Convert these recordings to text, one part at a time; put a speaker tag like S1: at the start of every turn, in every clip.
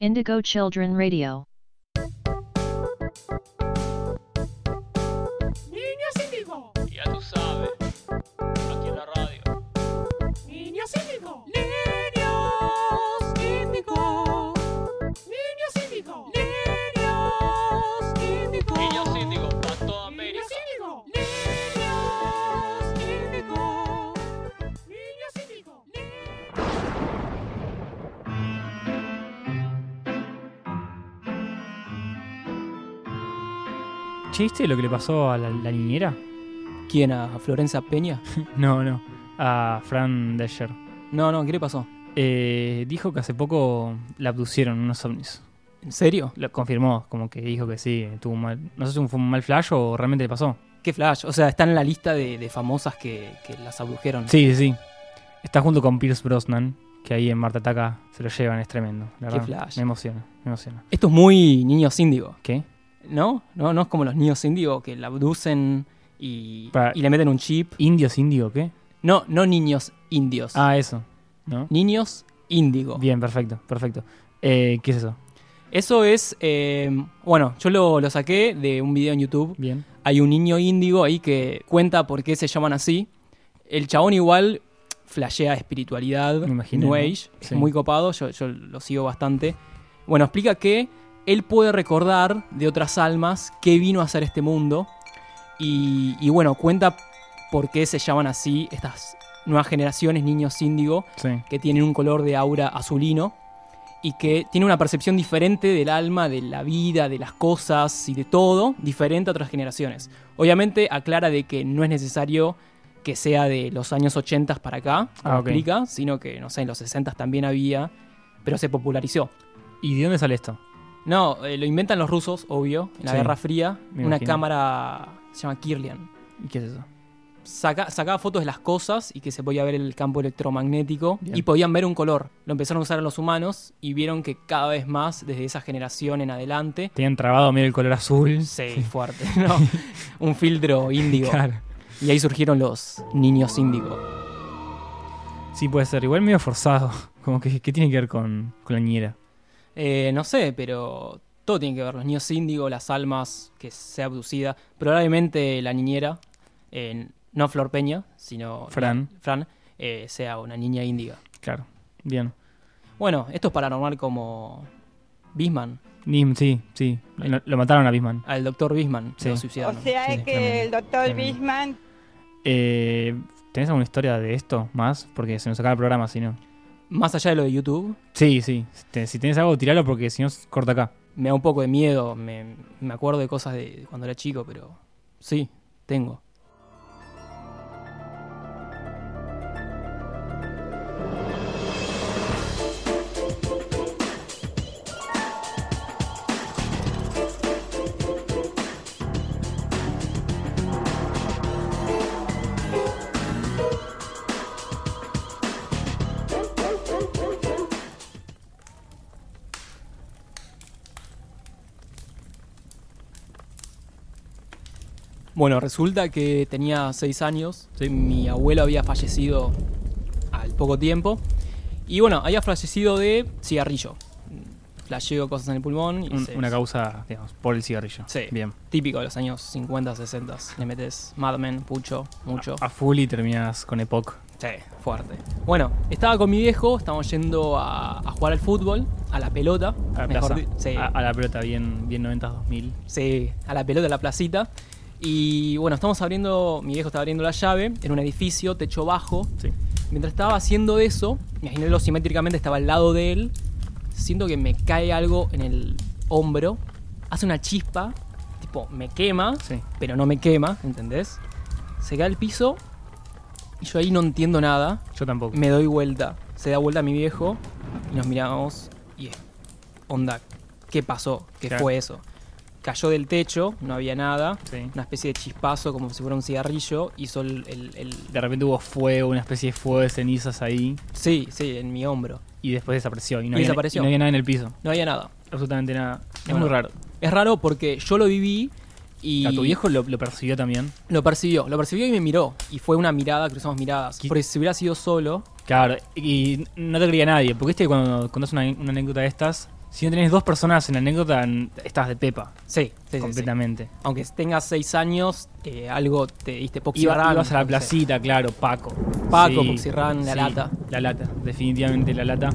S1: Indigo Children Radio.
S2: Niños índigo,
S3: Ya tú sabes, aquí en la radio.
S2: niños índigo,
S4: Niños índigo,
S2: niños índigo,
S4: niños índigo,
S3: Niños Índigo, para toda América.
S2: niños índigo,
S4: niños índigo.
S2: niños índigo.
S5: Che, ¿viste lo que le pasó a la, la niñera?
S6: ¿Quién? ¿A Florenza Peña?
S5: No, no, a Fran Descher.
S6: No, no, ¿qué le pasó?
S5: Eh, dijo que hace poco la abducieron unos ovnis.
S6: ¿En serio?
S5: Lo confirmó, como que dijo que sí, tuvo un mal. No sé si fue un mal flash o realmente le pasó.
S6: ¿Qué flash? O sea, está en la lista de, de famosas que, que las abdujeron.
S5: Sí, sí, sí. Está junto con Pierce Brosnan, que ahí en Marta Ataca se lo llevan, es tremendo. La
S6: Qué
S5: verdad,
S6: flash.
S5: Me emociona, me emociona.
S6: Esto es muy niños índigo,
S5: ¿Qué?
S6: ¿no? No, no es como los niños índigo que la abducen y,
S5: Para-
S6: y le meten un chip.
S5: ¿Indios, indio, qué?
S6: No, no niños indios.
S5: Ah, eso. ¿No?
S6: Niños índigo.
S5: Bien, perfecto, perfecto. Eh, ¿Qué es eso?
S6: Eso es, eh, bueno, yo lo, lo saqué de un video en YouTube
S5: Bien.
S6: hay un niño índigo ahí que cuenta por qué se llaman así. El chabón igual flashea espiritualidad,
S5: Me imagino,
S6: New
S5: ¿no?
S6: Age, es
S5: Sí.
S6: muy copado, yo, yo lo sigo bastante. Bueno, explica que él puede recordar de otras almas qué vino a hacer este mundo y, y bueno, cuenta por qué se llaman así estas nuevas generaciones, niños índigo,
S5: Sí.
S6: que tienen un color de aura azulino y que tiene una percepción diferente del alma, de la vida, de las cosas y de todo, diferente a otras generaciones. Obviamente aclara de que no es necesario que sea de los años 80 para acá, como
S5: Ah, ok.
S6: explica, sino que, no sé, en los 60 también había, pero se popularizó.
S5: ¿Y de dónde sale esto?
S6: No, eh, lo inventan los rusos, obvio, en la
S5: Sí,
S6: Guerra Fría,
S5: me
S6: una
S5: imagino.
S6: cámara, se llama Kirlian,
S5: ¿Y qué es eso?
S6: saca- sacaba fotos de las cosas y que se podía ver el campo electromagnético
S5: Bien.
S6: y podían ver un color. Lo empezaron a usar en los humanos y vieron que cada vez más, desde esa generación en adelante,
S5: Tenían trabado medio el color azul.
S6: se fuerte, ¿no? un filtro índigo.
S5: Claro.
S6: Y ahí surgieron los niños índigo.
S5: Sí, puede ser. Igual medio forzado. Como que, ¿qué tiene que ver con, con la niñera?
S6: Eh, no sé, pero todo tiene que ver. Los niños índigo, las almas que sea abducida, probablemente la niñera, eh, no Flor Peña, sino
S5: Fran.
S6: Fran, eh, sea una niña índiga.
S5: Claro. Bien.
S6: Bueno, esto es paranormal como Bisman,
S5: Nim, sí, sí. Lo, lo mataron a Bisman.
S6: al doctor Bisman,
S5: Sí.
S6: lo
S7: O
S6: suicidaron.
S7: sea,
S5: Sí,
S7: es que
S5: tremendo,
S7: el doctor
S5: tremendo.
S7: Bisman
S5: Eh, ¿Tenés alguna historia de esto más? Porque se nos acaba el programa, si no.
S6: Más allá de lo de YouTube,
S5: Sí, sí. Si te- Si tenés algo, tiralo porque si no, se corta acá.
S6: me da un poco de miedo, me, me acuerdo de cosas de cuando era chico, pero sí, tengo. Bueno, resulta que tenía seis años, mi abuelo había fallecido al poco tiempo, y bueno, había fallecido de cigarrillo. Flasheo cosas en el pulmón y
S5: Un-
S6: se-
S5: una causa, digamos, por el cigarrillo.
S6: Sí.
S5: Bien.
S6: típico de los años 50, 60. Le metes Mad Men, Pucho, mucho.
S5: A, a full y terminás con Epoch.
S6: Sí, fuerte. Bueno, estaba con mi viejo, estábamos yendo a, a jugar al fútbol, a la pelota.
S5: A la
S6: mejor
S5: plaza. Ah.
S6: di- sí,
S5: A, a la pelota, bien, bien 90-2000.
S6: sí, a la pelota, a la placita. Y bueno, estamos abriendo, mi viejo estaba abriendo la llave en un edificio, techo bajo.
S5: Sí.
S6: Mientras estaba haciendo eso, imaginélo simétricamente, estaba al lado de él. Siento que me cae algo en el hombro, hace una chispa, tipo, me quema
S5: Sí.
S6: pero no me quema, ¿entendés? Se cae al piso y yo ahí no entiendo nada.
S5: Yo tampoco.
S6: Me doy vuelta. Se da vuelta mi viejo y nos miramos y es, onda, ¿qué pasó? ¿Qué
S5: Claro.
S6: fue eso? Cayó del techo, no había nada.
S5: Sí.
S6: Una especie de chispazo como si fuera un cigarrillo. Hizo el... el- el-
S5: De repente hubo fuego, una especie de fuego de cenizas ahí.
S6: Sí, sí, en mi hombro.
S5: Y después desapareció. Y no,
S6: Y
S5: había,
S6: desapareció.
S5: y no había nada en el piso.
S6: No había nada.
S5: Absolutamente nada. Es
S6: Bueno,
S5: muy raro.
S6: Es raro porque yo lo viví y...
S5: ¿A tu viejo lo, lo persiguió también?
S6: Lo percibió, lo percibió y me miró. Y fue una mirada, cruzamos miradas.
S5: ¿Qué?
S6: Porque si hubiera sido solo,
S5: Claro, y no te creía nadie, porque viste que cuando contás una, una anécdota de estas, Si no tenés dos personas en la anécdota, n- estás de pepa
S6: Sí, sí, sí, sí.
S5: completamente.
S6: Aunque tengas seis años, eh, algo te diste Poxy
S5: Iba-
S6: Ram,
S5: ibas a la
S6: no sé.
S5: placita, claro, Paco.
S6: Paco, Poxirrán, La Lata.
S5: La lata, definitivamente la lata.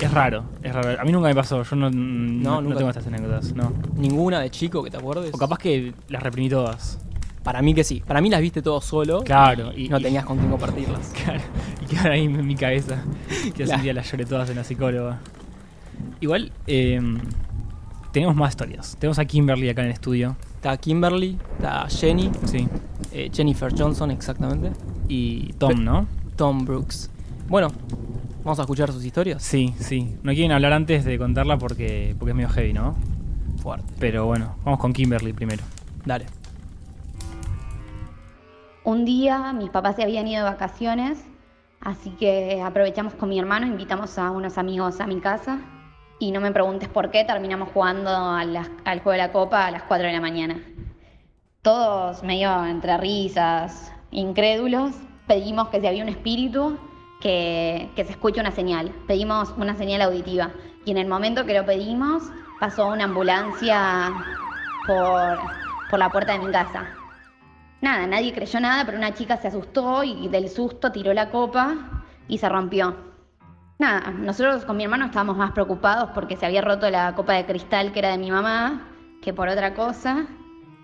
S5: Es raro, es raro. A mí nunca me pasó, yo no, no, no
S6: nunca.
S5: tengo estas anécdotas, no.
S6: Ninguna de chico que te acuerdes.
S5: O capaz que las reprimí todas.
S6: Para mí que sí. Para mí las viste todo solo.
S5: Claro,
S6: Y
S5: y-
S6: no
S5: y-
S6: tenías con quién compartirlas.
S5: Claro, y quedan ahí en mi cabeza. Que hace un día las lloré todas en la psicóloga. Igual, eh, tenemos más historias. Tenemos a Kimberly acá en el estudio.
S6: Está Kimberly, está Jenny,
S5: Sí.
S6: eh, Jennifer Johnson exactamente,
S5: Y Tom, ¿no?
S6: Tom Brooks. Bueno, vamos a escuchar sus historias.
S5: Sí, sí. No quieren hablar antes de contarla porque, porque es medio heavy, ¿no?
S6: Fuerte.
S5: Pero bueno, vamos con Kimberly primero.
S6: Dale.
S7: Un día mis papás se habían ido de vacaciones, así que aprovechamos con mi hermano, invitamos a unos amigos a mi casa y no me preguntes por qué, terminamos jugando a las- al juego de la copa a las 4 de la mañana. Todos medio entre risas, incrédulos, pedimos que si había un espíritu, que, que se escuche una señal. Pedimos una señal auditiva y en el momento que lo pedimos pasó una ambulancia por, por la puerta de mi casa. Nada, nadie creyó nada, pero una chica se asustó y del susto tiró la copa y se rompió. Nada, nosotros con mi hermano estábamos más preocupados porque se había roto la copa de cristal que era de mi mamá, que por otra cosa.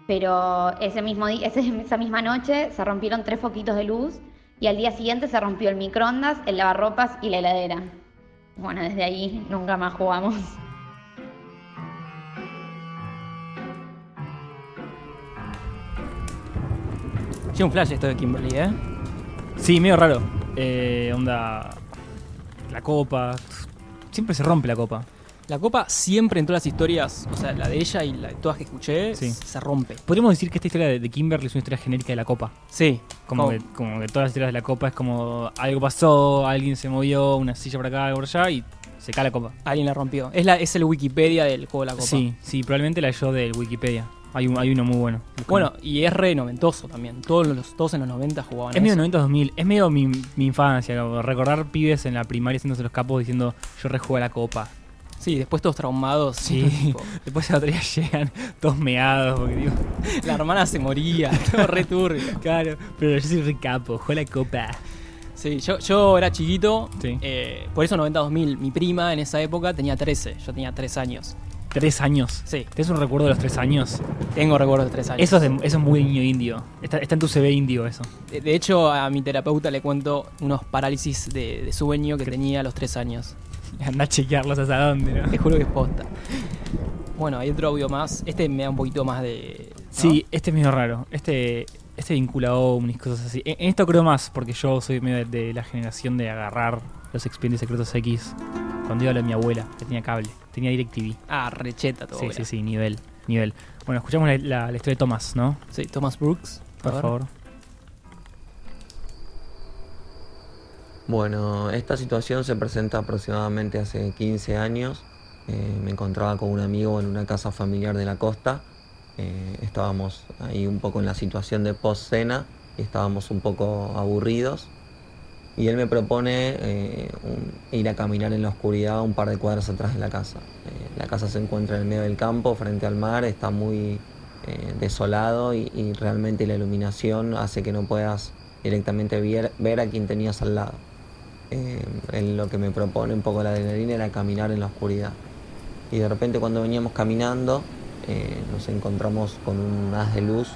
S7: Pero ese mismo día, esa misma noche se rompieron tres foquitos de luz y al día siguiente se rompió el microondas, el lavarropas y la heladera. Bueno, desde ahí nunca más jugamos.
S6: Che, un flash esto de Kimberly, ¿eh?
S5: Sí, medio raro. Eh, onda. La copa. Siempre se rompe la copa.
S6: La copa siempre en todas las historias, o sea, la de ella y la de todas que escuché,
S5: Sí.
S6: se rompe.
S5: Podríamos decir que esta historia de de Kimberly es una historia genérica de la copa.
S6: Sí,
S5: Como, que, como que todas las historias de la copa es como algo pasó, alguien se movió, una silla por acá, algo por allá y se cae la copa.
S6: alguien la rompió. Es, la, es el Wikipedia del juego de la copa.
S5: Sí, sí, probablemente la yo del Wikipedia. Hay, un- hay uno muy bueno. Buscame.
S6: Bueno, y es re noventoso también. Todos, los, todos en los 90 jugaban
S5: es medio
S6: eso.
S5: 90-2000, es medio mi, mi infancia. como recordar pibes en la primaria haciéndose los capos diciendo yo rejuego a la copa.
S6: Sí, después todos traumados.
S5: Sí,
S6: tipo,
S5: después al otro día llegan todos meados. Porque digo,
S6: la hermana se moría, todo re turbio.
S5: Claro, pero yo soy recapo, juega la copa.
S6: Sí, yo, yo era chiquito,
S5: Sí.
S6: eh, por eso 90-2000. Mi prima en esa época tenía 13, yo tenía 3 años.
S5: Tres años.
S6: Sí,
S5: ¿Tienes un recuerdo de los tres años?
S6: tengo recuerdos de 3 años.
S5: Eso es, de- eso es muy niño indio. Está, está en tu CV indio eso.
S6: De, de hecho, a mi terapeuta le cuento unos parálisis de, de sueño que tenía a los 3 años.
S5: Anda a chequearlos hasta dónde, ¿no?
S6: Te juro que es posta. Bueno, hay otro audio más. Este me da un poquito más de. ¿no?
S5: Sí, este es medio raro. Este, este vincula ovnis, cosas así. E, En, en esto creo más, porque yo soy medio de, de la generación de agarrar los expedientes secretos X. Cuando iba a lo de mi abuela, que tenía cable, tenía DirecTV.
S6: Ah, recheta todo.
S5: Sí,
S6: era.
S5: sí, sí, nivel, nivel. Bueno, escuchamos la, la- la historia de Tomás, ¿no?
S6: Sí, Thomas Brooks. a
S5: Por
S6: ver.
S5: favor.
S8: Bueno, esta situación se presenta aproximadamente hace 15 años. Eh, me encontraba con un amigo en una casa familiar de la costa. Eh, estábamos ahí un poco en la situación de post-cena y estábamos un poco aburridos. Y él me propone eh, un- ir a caminar en la oscuridad un par de cuadras atrás de la casa. Eh, la casa se encuentra en el medio del campo, frente al mar, está muy eh, desolado y, y realmente la iluminación hace que no puedas directamente vier- ver a quien tenías al lado. Eh, él lo que me propone un poco la adrenalina era caminar en la oscuridad. Y de repente cuando veníamos caminando eh, nos encontramos con un haz de luz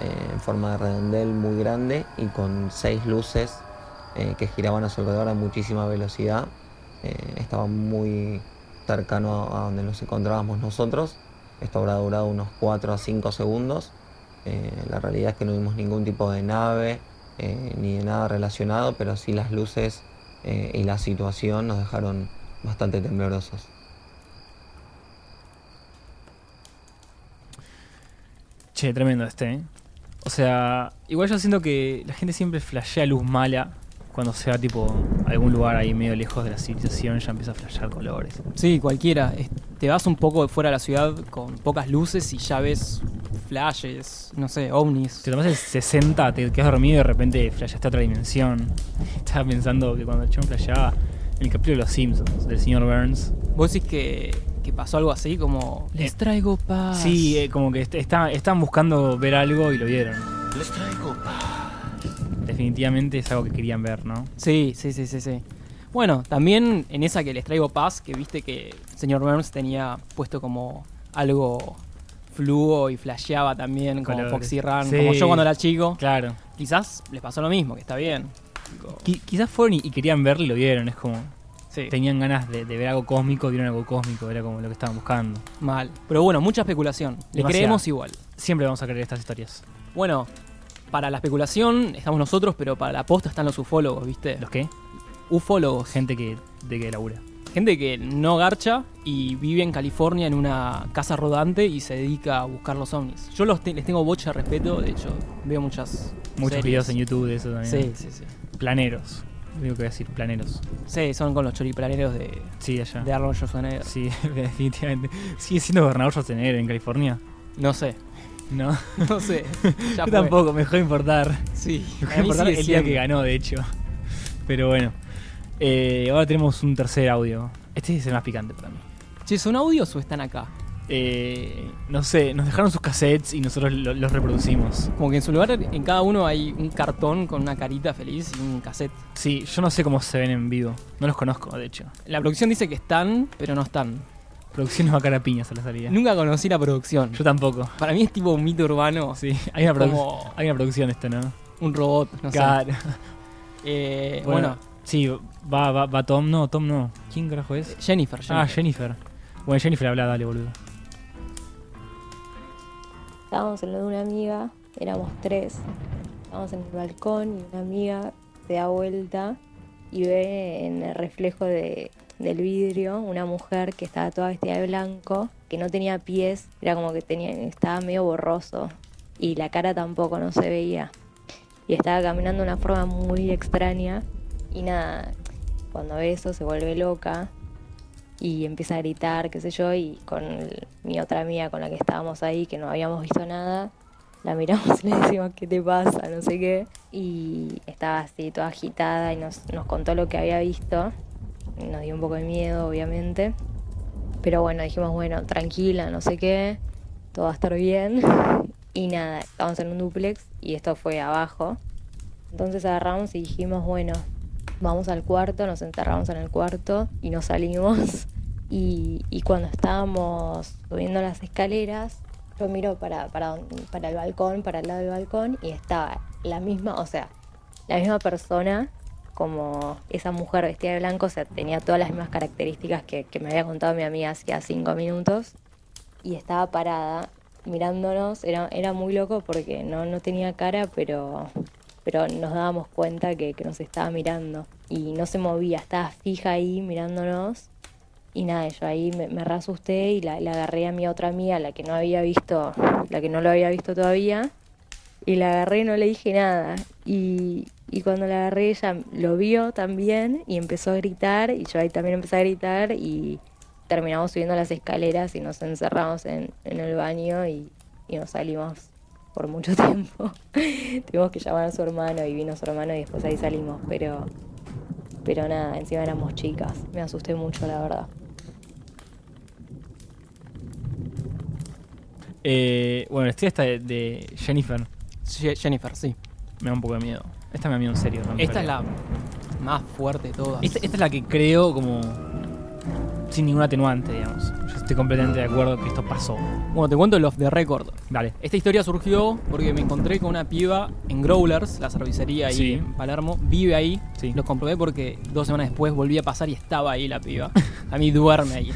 S8: eh, en forma de redondel muy grande y con seis luces eh, que giraban a su alrededor a muchísima velocidad. Eh, estaba muy cercano a, a donde nos encontrábamos nosotros. Esto habrá durado unos 4 a 5 segundos. Eh, la realidad es que no vimos ningún tipo de nave eh, ni de nada relacionado, pero sí las luces eh, y la situación nos dejaron bastante temblorosos.
S5: Che, tremendo este, ¿eh? O sea, igual yo siento que la gente siempre flashea luz mala cuando sea tipo algún lugar ahí medio lejos de la civilización, ya empieza a flashear colores.
S6: Sí, cualquiera. Es- Te vas un poco fuera de la ciudad con pocas luces y ya ves flashes, no sé, ovnis.
S5: Si tomás el 60, te quedas dormido y de repente flasheaste a otra dimensión. Estaba pensando que cuando el chon flasheaba, en el capítulo de los Simpsons, del señor Burns.
S6: ¿Vos decís que, que pasó algo así? Como. eh, Les traigo paz.
S5: Sí, eh, como que est- está, están buscando ver algo y lo vieron. Definitivamente es algo que querían ver, ¿no?
S6: Sí, sí, sí, sí, sí. Bueno, también en esa que les traigo paz, que viste que el señor Burns tenía puesto como algo fluo y flasheaba también como
S5: Colores.
S6: Foxy Run,
S5: Sí.
S6: como yo cuando era chico.
S5: Claro.
S6: Quizás les pasó lo mismo, que está bien.
S5: Qui- quizás fueron y, y querían verlo y lo vieron. Es como. eh,
S6: Sí,
S5: Tenían ganas de, de ver algo cósmico, vieron algo cósmico, era como lo que estaban buscando.
S6: mal. Pero bueno, mucha especulación. Le
S5: Demasiado.
S6: creemos igual.
S5: Siempre vamos a creer estas historias.
S6: Bueno, para la especulación estamos nosotros, pero para la posta están los ufólogos, ¿viste?
S5: ¿Los qué?
S6: ufólogos, gente,
S5: Gente que, de que labura.
S6: gente que no garcha y vive en California en una casa rodante y se dedica a buscar los ovnis. Yo los te- les tengo bocha de respeto, de hecho, veo muchas
S5: Muchos
S6: series.
S5: videos en YouTube de eso también.
S6: Sí, sí, sí.
S5: Planeros. Lo único que voy a decir, planeros.
S6: Sí, son con los choriplaneros de,
S5: Sí, allá.
S6: de Arnold Schwarzenegger.
S5: Ah. Sí, definitivamente. ¿Sigue siendo gobernador Schwarzenegger en California?
S6: No sé,
S5: No.
S6: no sé. Ya
S5: Yo
S6: fue.
S5: tampoco, me dejó de importar.
S6: Sí,
S5: Me
S6: a
S5: dejó de
S6: mí
S5: importar
S6: sigue
S5: el día que
S6: siendo.
S5: ganó, de hecho. Pero bueno. Eh, ahora tenemos un tercer audio. Este es el más picante para mí.
S6: Che, ¿son audios o están acá?
S5: Eh, no sé, nos dejaron sus cassettes y nosotros lo- los reproducimos.
S6: Como que en su lugar, en cada uno hay un cartón con una carita feliz y un cassette.
S5: Sí, yo no sé cómo se ven en vivo. No los conozco, de hecho.
S6: La producción dice que están, pero no están.
S5: Producción nos va a cara a piñas a la salida.
S6: Nunca conocí la producción.
S5: Yo tampoco.
S6: Para mí es tipo un mito urbano,
S5: Sí, hay una, produ-
S6: Como-
S5: hay una producción de esto, ¿no?
S6: un robot, no sé.
S5: Claro.
S6: Eh,
S5: Bueno,
S6: bueno.
S5: sí, va, va, va Tom. No, Tom no. ¿Quién carajo es?
S6: Jennifer, Jennifer.
S5: Ah, Jennifer. Bueno, Jennifer habla, dale, boludo.
S9: Estábamos en lo de una amiga, éramos tres. Estábamos en el balcón y una amiga se da vuelta y ve en el reflejo de- del vidrio una mujer que estaba toda vestida de blanco, que no tenía pies, era como que tenía, estaba medio borroso y la cara tampoco no se veía. Y estaba caminando de una forma muy extraña y nada, cuando ve eso se vuelve loca y empieza a gritar, qué sé yo, y con el- mi otra amiga con la que estábamos ahí, que no habíamos visto nada, la miramos y le decimos, ¿qué te pasa? No sé qué. Y estaba así, toda agitada, y nos, nos contó lo que había visto. Nos dio un poco de miedo, obviamente. Pero bueno, dijimos, bueno, tranquila, no sé qué, todo va a estar bien. Y nada, estábamos en un duplex y esto fue abajo. Entonces agarramos y dijimos, bueno, vamos al cuarto, nos encerramos en el cuarto y nos salimos. Y, y cuando estábamos subiendo las escaleras, yo miro para, para, don- para el balcón, para el lado del balcón, y estaba la misma, o sea, la misma persona como esa mujer vestida de blanco, o sea, tenía todas las mismas características que, que me había contado mi amiga hacía cinco minutos y estaba parada mirándonos. Era, era muy loco porque no, no tenía cara, pero, pero nos dábamos cuenta que, que nos estaba mirando. Y no se movía, estaba fija ahí mirándonos. Y nada, yo ahí me, me re asusté y la, la agarré a mi otra amiga, la que no había visto, la que no lo había visto todavía. Y la agarré, no le dije nada. Y, y cuando la agarré, ella lo vio también y empezó a gritar. Y yo ahí también empecé a gritar. Y terminamos subiendo las escaleras y nos encerramos en, en el baño y, y nos salimos por mucho tiempo. Tuvimos que llamar a su hermano y vino su hermano y después ahí salimos. Pero, pero nada, encima éramos chicas. Me asusté mucho, la verdad.
S5: Eh, bueno, la historia esta de, de Jennifer
S6: Ye- Jennifer, sí.
S5: me da un poco de miedo. Esta me da miedo en serio. no en
S6: Esta es
S5: realidad.
S6: la más fuerte de todas.
S5: Esta, esta es la que creo como. Sin ningún atenuante, digamos. Yo estoy completamente de acuerdo que esto pasó.
S6: Bueno, te cuento el off the record.
S5: Dale.
S6: Esta historia surgió porque me encontré con una piba en Growlers, la cervecería ahí
S5: Sí.
S6: en Palermo. Vive ahí.
S5: Sí.
S6: Lo comprobé porque dos semanas después volví a pasar y estaba ahí la piba. A mí duerme ahí.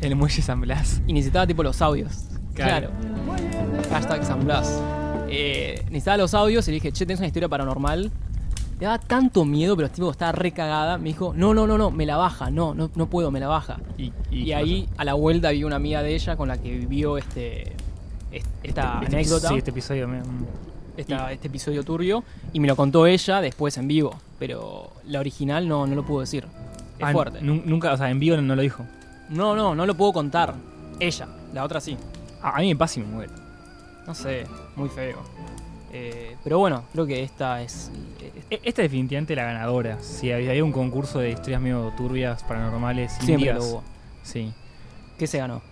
S5: El muelle San Blas.
S6: Y necesitaba tipo los audios.
S5: Claro.
S6: Claro. Hashtag San Blas. Eh, necesitaba los audios y le dije, che, tenés una historia paranormal. Le daba tanto miedo, pero tipo estaba recagada. Me dijo, no, no, no, no, me la baja, no, no, no puedo, me la baja.
S5: Y,
S6: Y,
S5: ¿qué
S6: ahí
S5: pasó?
S6: a la vuelta vi una amiga de ella con la que vivió este, est- esta
S5: Este-
S6: anécdota,
S5: Sí, este episodio me. mm.
S6: esta- este episodio turbio, y me lo contó ella después en vivo, pero la original no, no lo puedo decir. Es
S5: Ah,
S6: fuerte.
S5: nun- Nunca, o sea, en vivo no, no lo dijo.
S6: No, no, no lo puedo contar. Ella, la otra sí.
S5: A, a mí me pasa y me muero.
S6: No sé, muy feo. Eh, pero bueno, creo que esta es. eh,
S5: E- Esta es definitivamente la ganadora. Si había había un concurso de historias medio turbias, paranormales,
S6: Siempre
S5: índigas,
S6: lo hubo.
S5: Sí.
S6: ¿Qué se ganó?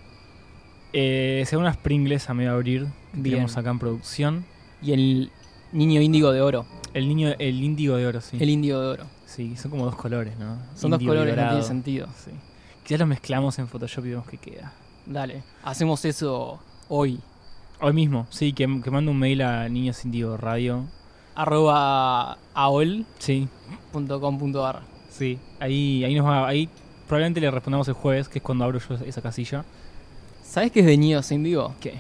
S5: Eh, según las Pringles a medio abrir, que
S6: Bien.
S5: tenemos acá en producción.
S6: Y el niño índigo de oro.
S5: El niño, el índigo de oro, sí.
S6: El índigo de oro.
S5: Sí, son como dos colores, ¿no?
S6: Son dos
S5: Índigo y
S6: colores, no
S5: dorado.
S6: tiene sentido.
S5: Sí. Quizás los mezclamos en Photoshop y vemos qué queda.
S6: Dale, hacemos eso hoy.
S5: Hoy mismo, sí, que, que mando un mail a Niños Índigo Radio.
S6: Arroba aol.com.ar.
S5: Sí, sí. Ahí, ahí nos va, ahí probablemente le respondamos el jueves, que es cuando abro yo esa casilla.
S6: ¿Sabes qué es de niños índigo?
S5: ¿Qué?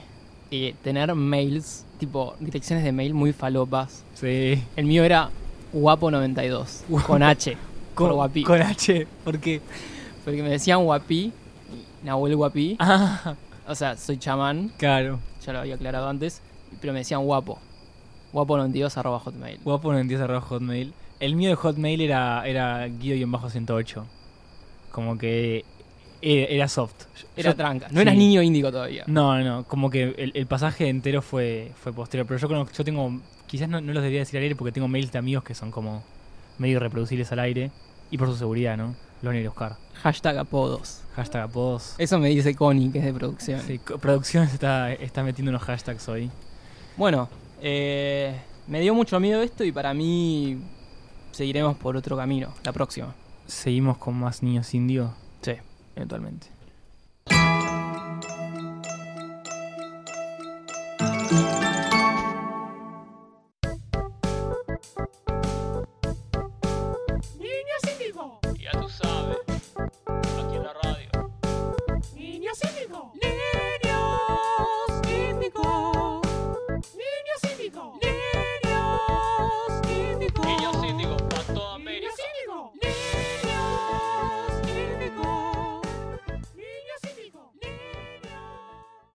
S6: Eh, tener mails, tipo direcciones de mail muy falopas.
S5: Sí.
S6: El mío era guapo92, con H, por guapi.
S5: Con H, ¿por qué?
S6: Porque me decían guapi, y Nahuel guapi.
S5: Ah,
S6: O sea, soy chamán,
S5: claro.
S6: ya lo había aclarado antes, pero me decían guapo. Guapo92 arroba hotmail.
S5: Guapo en 10 arroba hotmail. El mío de hotmail era, era guido-108. Como que era, era soft.
S6: Era
S5: Yo-
S6: tranca. No eras
S5: sí. Mm.
S6: niño índigo todavía.
S5: No, no, como que el, el pasaje entero fue, fue posterior. Pero yo, conozco- yo tengo. Quizás no, no los debería decir al aire porque tengo mails de amigos que son como medio reproducibles al aire. Y por su seguridad, ¿no? Lo van a ir a buscar.
S6: Hashtag apodos.
S5: Hashtag apodos.
S6: Eso me dice Connie, que es de producción.
S5: Sí, co- producción está, está metiendo unos hashtags hoy.
S6: Bueno, eh, me dio mucho miedo esto y para mí seguiremos por otro camino, la próxima.
S5: Seguimos con más niños indios
S6: Sí.
S5: eventualmente.